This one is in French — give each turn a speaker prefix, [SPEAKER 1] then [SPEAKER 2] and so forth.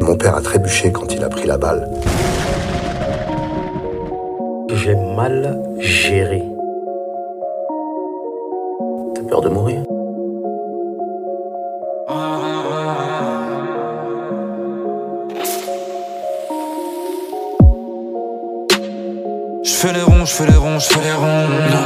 [SPEAKER 1] Mon père a trébuché quand il a pris la balle.
[SPEAKER 2] J'ai mal géré. T'as peur de mourir
[SPEAKER 3] Je fais les ronds, je fais les ronds, je fais les ronds.